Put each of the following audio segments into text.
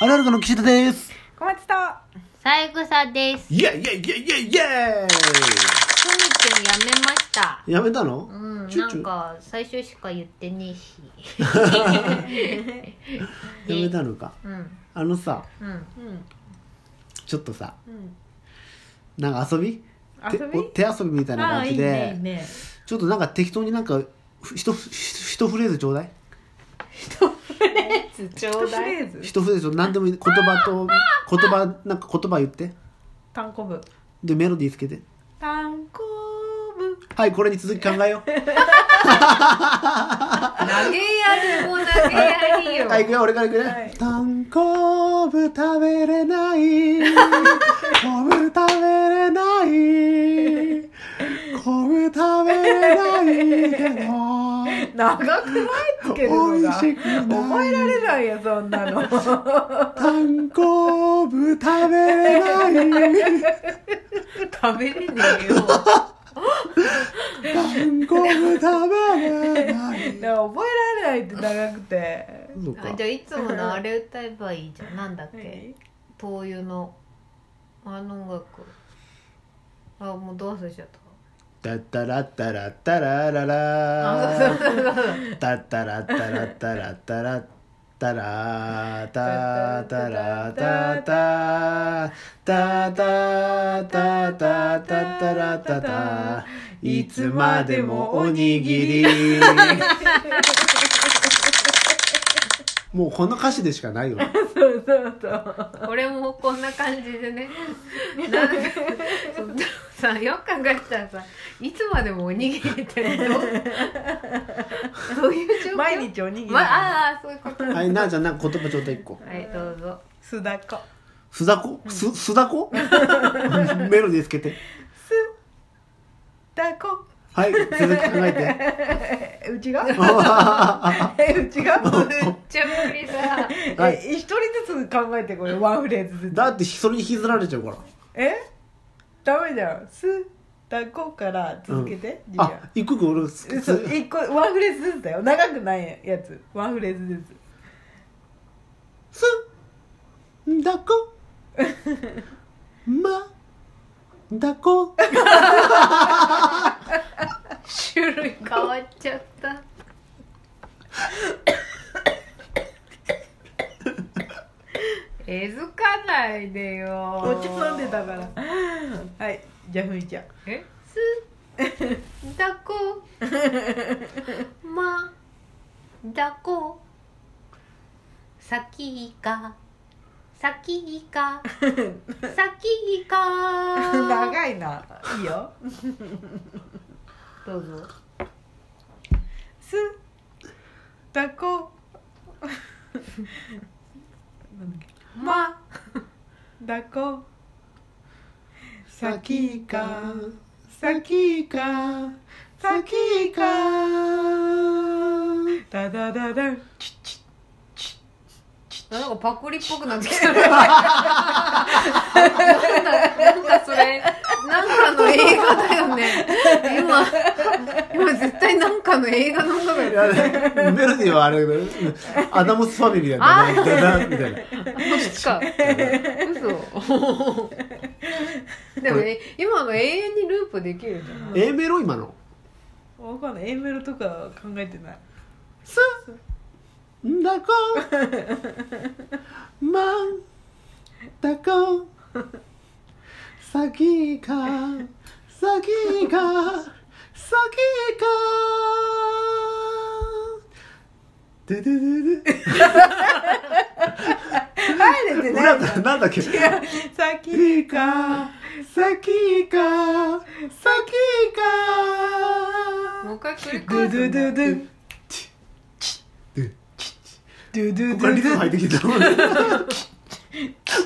あるあるかの岸田です。小松と三枝です。イェイイェイイェイイェイイェふみくんやめました。イやめたのうん、チュなッチュんか最初しか言ってねえし。やめたのか。うん、あのさ、うん。うんちょっとさ、うんなんか遊び遊てびお手遊びみたいなあ感ーじいいで、ねいいねちょっとなんか適当になんか、ふ一ふ、ひとフレーズちょうだい。ちょうだい一フレーズ、何でもいい。言葉と、言葉、なんか言葉言って。単行部で、メロディーつけて。単行部はい、これに続き考えよう。投げやりも投げやりよ。はい、行くよ、俺から行くね。はい単行部食べれ ない。コブ食べれない。コブ食べれないけど。長くないつけるの美味がしくない覚えられないよそんなの単行部食べれない。食べれねえよ。単行部食べれない。でも覚えられないって長くてそうあかじ。ゃあいつものあれ歌えばいいじゃん。なんだっけ何灯油の。あの音楽。あ、もうどうせしちゃった。タッタラッタラッタラララあ、そうそうそうそう。タッタラッタラッタラッタラッタラータタラタタタタタタタタラタタいつまでもおにぎりもうこの歌詞でしかないよね そうそうそう これもこんな感じでねなんかそうでもさよく考えたらさいつまでもおにぎりって どうどういう状況毎日おにぎりまああそういうことははいなあちゃんなんか言葉ちょうだい一個いどうぞすだこすだこすすだこメロディーつけてすだこはい続き考えてえ うちが えうちがちゃぶりさはいえ一人ずつ考えてこれワンフレーズずつだってそれに引きずられちゃうからえダメじゃん「す」だこから続けて、うんじいあ一個一個俺つやそう一個ワンフレーズずつだよ長くないやつワンフレーズずつすんだこまだこ種類変わっちゃったえずかないでよお茶飲んでたからはいじゃあふみちゃんえすだこまだこ先いか先い か先いか長いないいよどうぞ「す」だこまだこ先先かか先か先先かかダダダダンチッチッなんかパクリっぽくなってきたなんだなんかそれなんかの映画だよね今今絶対なんかの映画の音楽いやメロディーはあれだよアダムスファミリーだよねだだみたいなマジか嘘でもね今の永遠にループできるじゃん A メロ今のわかんない A メロとかは考えて ないすん だこまだこ先か先か先かでででで入れてないなんだなんだっけ 先先か先か先かもう一回繰りドゥ返ドすゥんドゥだドでゥドゥドゥこドこにリゥズム入ってきてたもんね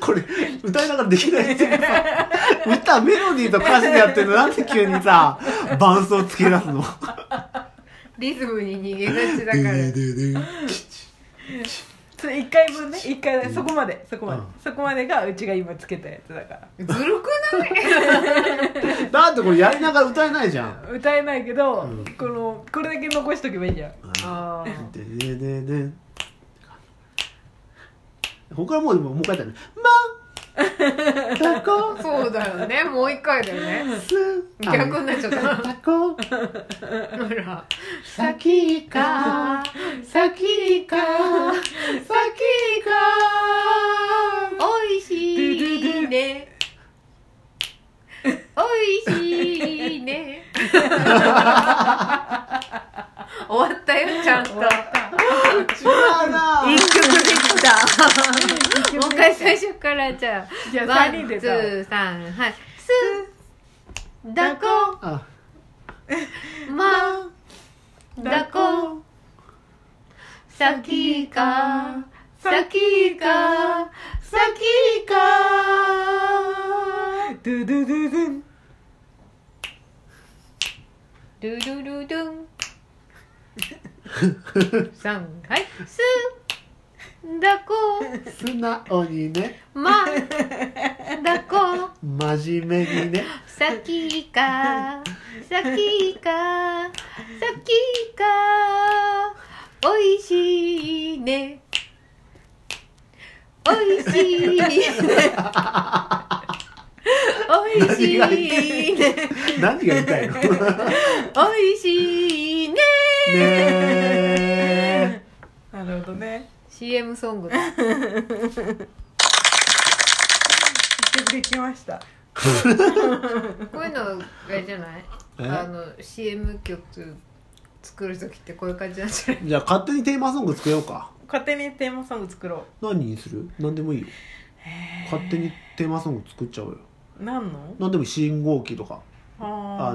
これ歌いながらできないっていうかさ歌メロディーと歌詞でやってるのなんで急にさ伴奏つけ出すのリズムに逃げがちだでからでででそれ一回分ね一回だそこまでそこまで、うんそこまでがうちが今つけたやつだかずるくないだってこれやりながら歌えないじゃんら歌えないけど、うんこのこれだけ残しとけばいいじゃんあーででででここからもうでももう一回やったね「ま」「たこそうだよねもう一回だよね」す「逆になっちゃったたこほら先か先か先が美味しいね美味しいね終わったよちゃんと終わった違うな一曲できたもう一回最初からじゃじゃああワ三ン人ツでさーさんはいすだこあまだこ先か先か先かドゥドゥドゥドゥンドゥドゥドゥドゥ ンさんはいすだこ素直にねまだこ真面目にね先か先か先かおいしいねおいしいねおいしいね何が言いた いのねおいしいねえなるほどね CM ソングだ一曲できましたこういうのあれじゃないえあの CM 曲作る時ってこういう感じなんじゃないじゃあ勝手にテーマソングつけようか勝手にテーマソング作ろ何にする何でもいいよ勝手にテーマソング作っちゃおうようなんの何でもいい信号機とかあ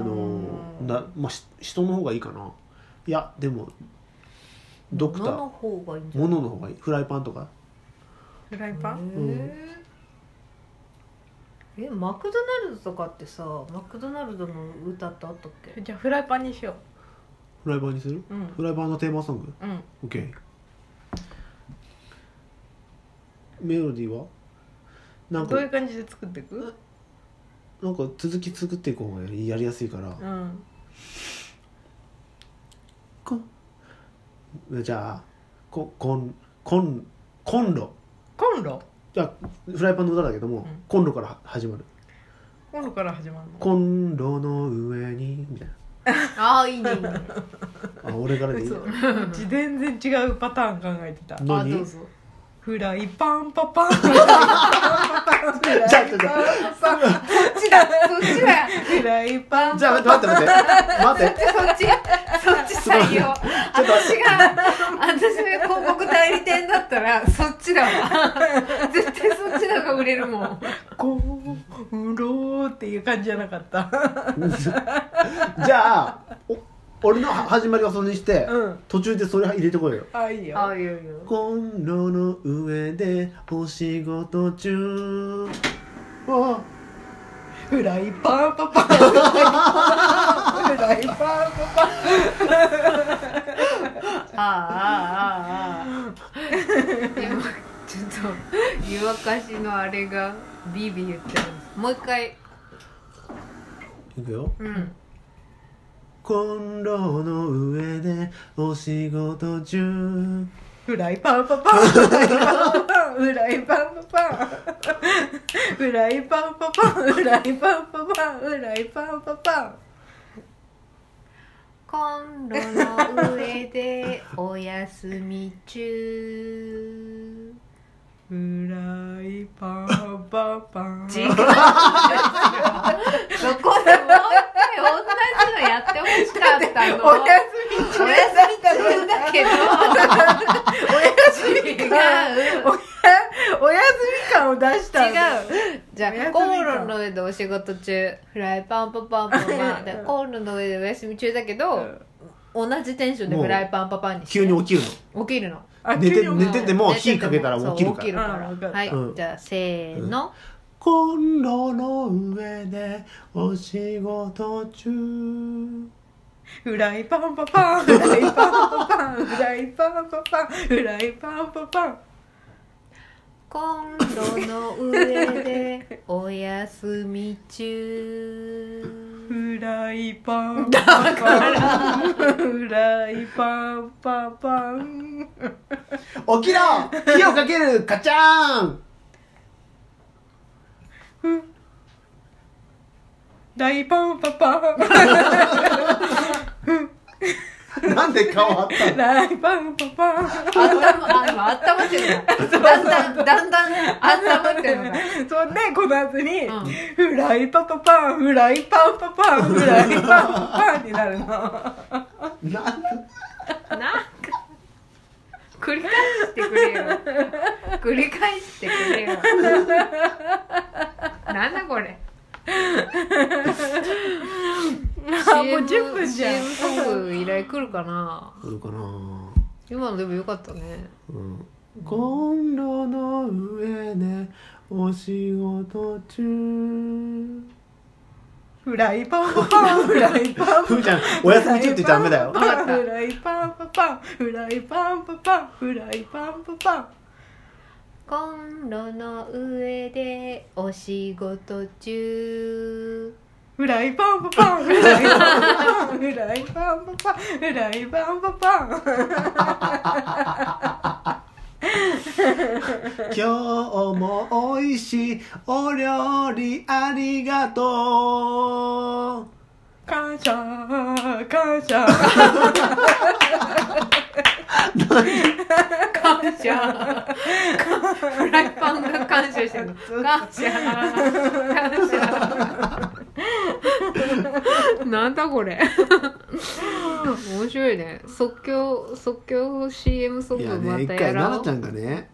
あのーなまあし人の方がいいかないやでもドクタ物のー方がいいんじゃない物の方がいいフライパンとかフライパンうんええマクドナルドとかってさマクドナルドの歌ってあったっけじゃあフライパンにしよフライパンにするううんフライパンのテーマソングうん OK メロディーはなんかどういう感じで作っていくなんか続き作っていく方がやりやすいからうんこじゃあここんこんコンロコンロじゃあフライパンの歌だけども、んコンロからは始まるコンロから始まるのコンロの上にみたいな ああいいねいいねあ俺からでいい嘘うち全然違うパターン考えてたあ何どうぞフライパンパパン フライパンパじゃあちょっとパンそっちだそっちだフライパンじゃあ待って待って待って待って そっちそっち採用私が私が広告代理店だったらそっ ちだわ絶対そっちの方が売れるもんコンロっていう感じじゃなかったじゃあお俺の始まりはそれにして、うん途中でそれ入れてこいよあいいあよあいいよいいよコンロの上でお仕事中あフライパンパパンフライパンパパンああああああ今ちょっと湯沸かしのあれがビービー言ってますもう一回いくようんコンロの上でお仕事中フライパンパパンフライパンパパンフライパンパパンフライパンパパンフライパンパパンコンロの上でお休み 中フライパンパパン違うんですよ。そこでもう一回同じのやってほしかった の。おやすみお休み中だけど。お休み違う。おやすみ感を出したんだ違う。じゃお休あ、みかコンロの上でお仕事中、フライパンパパンパパン。でコンロの上でお休み中だけど、同じテンションでフライパンパパンにして急に起きる起きるの。あの寝て急に寝てても寝てて火かけたら起きるかそう起きるらか。うんわからったはい。うんじゃあ、せーの。コンロの上でお仕事中フライパンパパンフライパンパパンフライパンパパンフライパンパパンコンロの上でお休み中 フライパンだからフライパンパンパン起きろ火をかけるカチャーンふ大パンパパンなんで顔あったの大パンパパンあったま、あの、あったまってるのだんだん、だんだん、あったまってるのそんでこの後に、うんフライパパパンフライパンパパ ンフライパンパパンになるのなんがなんか、繰り返してくれよ。繰り返してくれよ。なんだこれ。あ もう10分じゃん CM ソング依頼来るかな来るかな今のでもよかったね。うんコンロの上でお仕事中フライパンパパンフライパンパパンふーちゃんお休み中ってダメだよフライパンパパンフライパンパパンフライパンパパンコンロの上でお仕事中フライパンパパンフライパンパパンフライパンパパンフライパンパパン今日も美味しいお料理ありがとう感謝感謝感謝フライパンが感謝してる感謝感謝なんだこれ面白いね即興即興 CM ソンいやグまね一た回や奈々ろうちゃんがね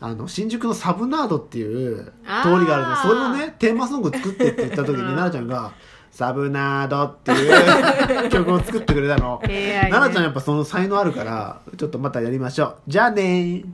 あの新宿のサブナードっていう通りがああーるのそれのねテーマソング作ってって言った時にうん奈々ちゃんが「サブナード」っていう 曲を作 ってくれたの AI ね奈々ちゃんやっぱその才能あるからちょっとまたやりましょうじゃあねー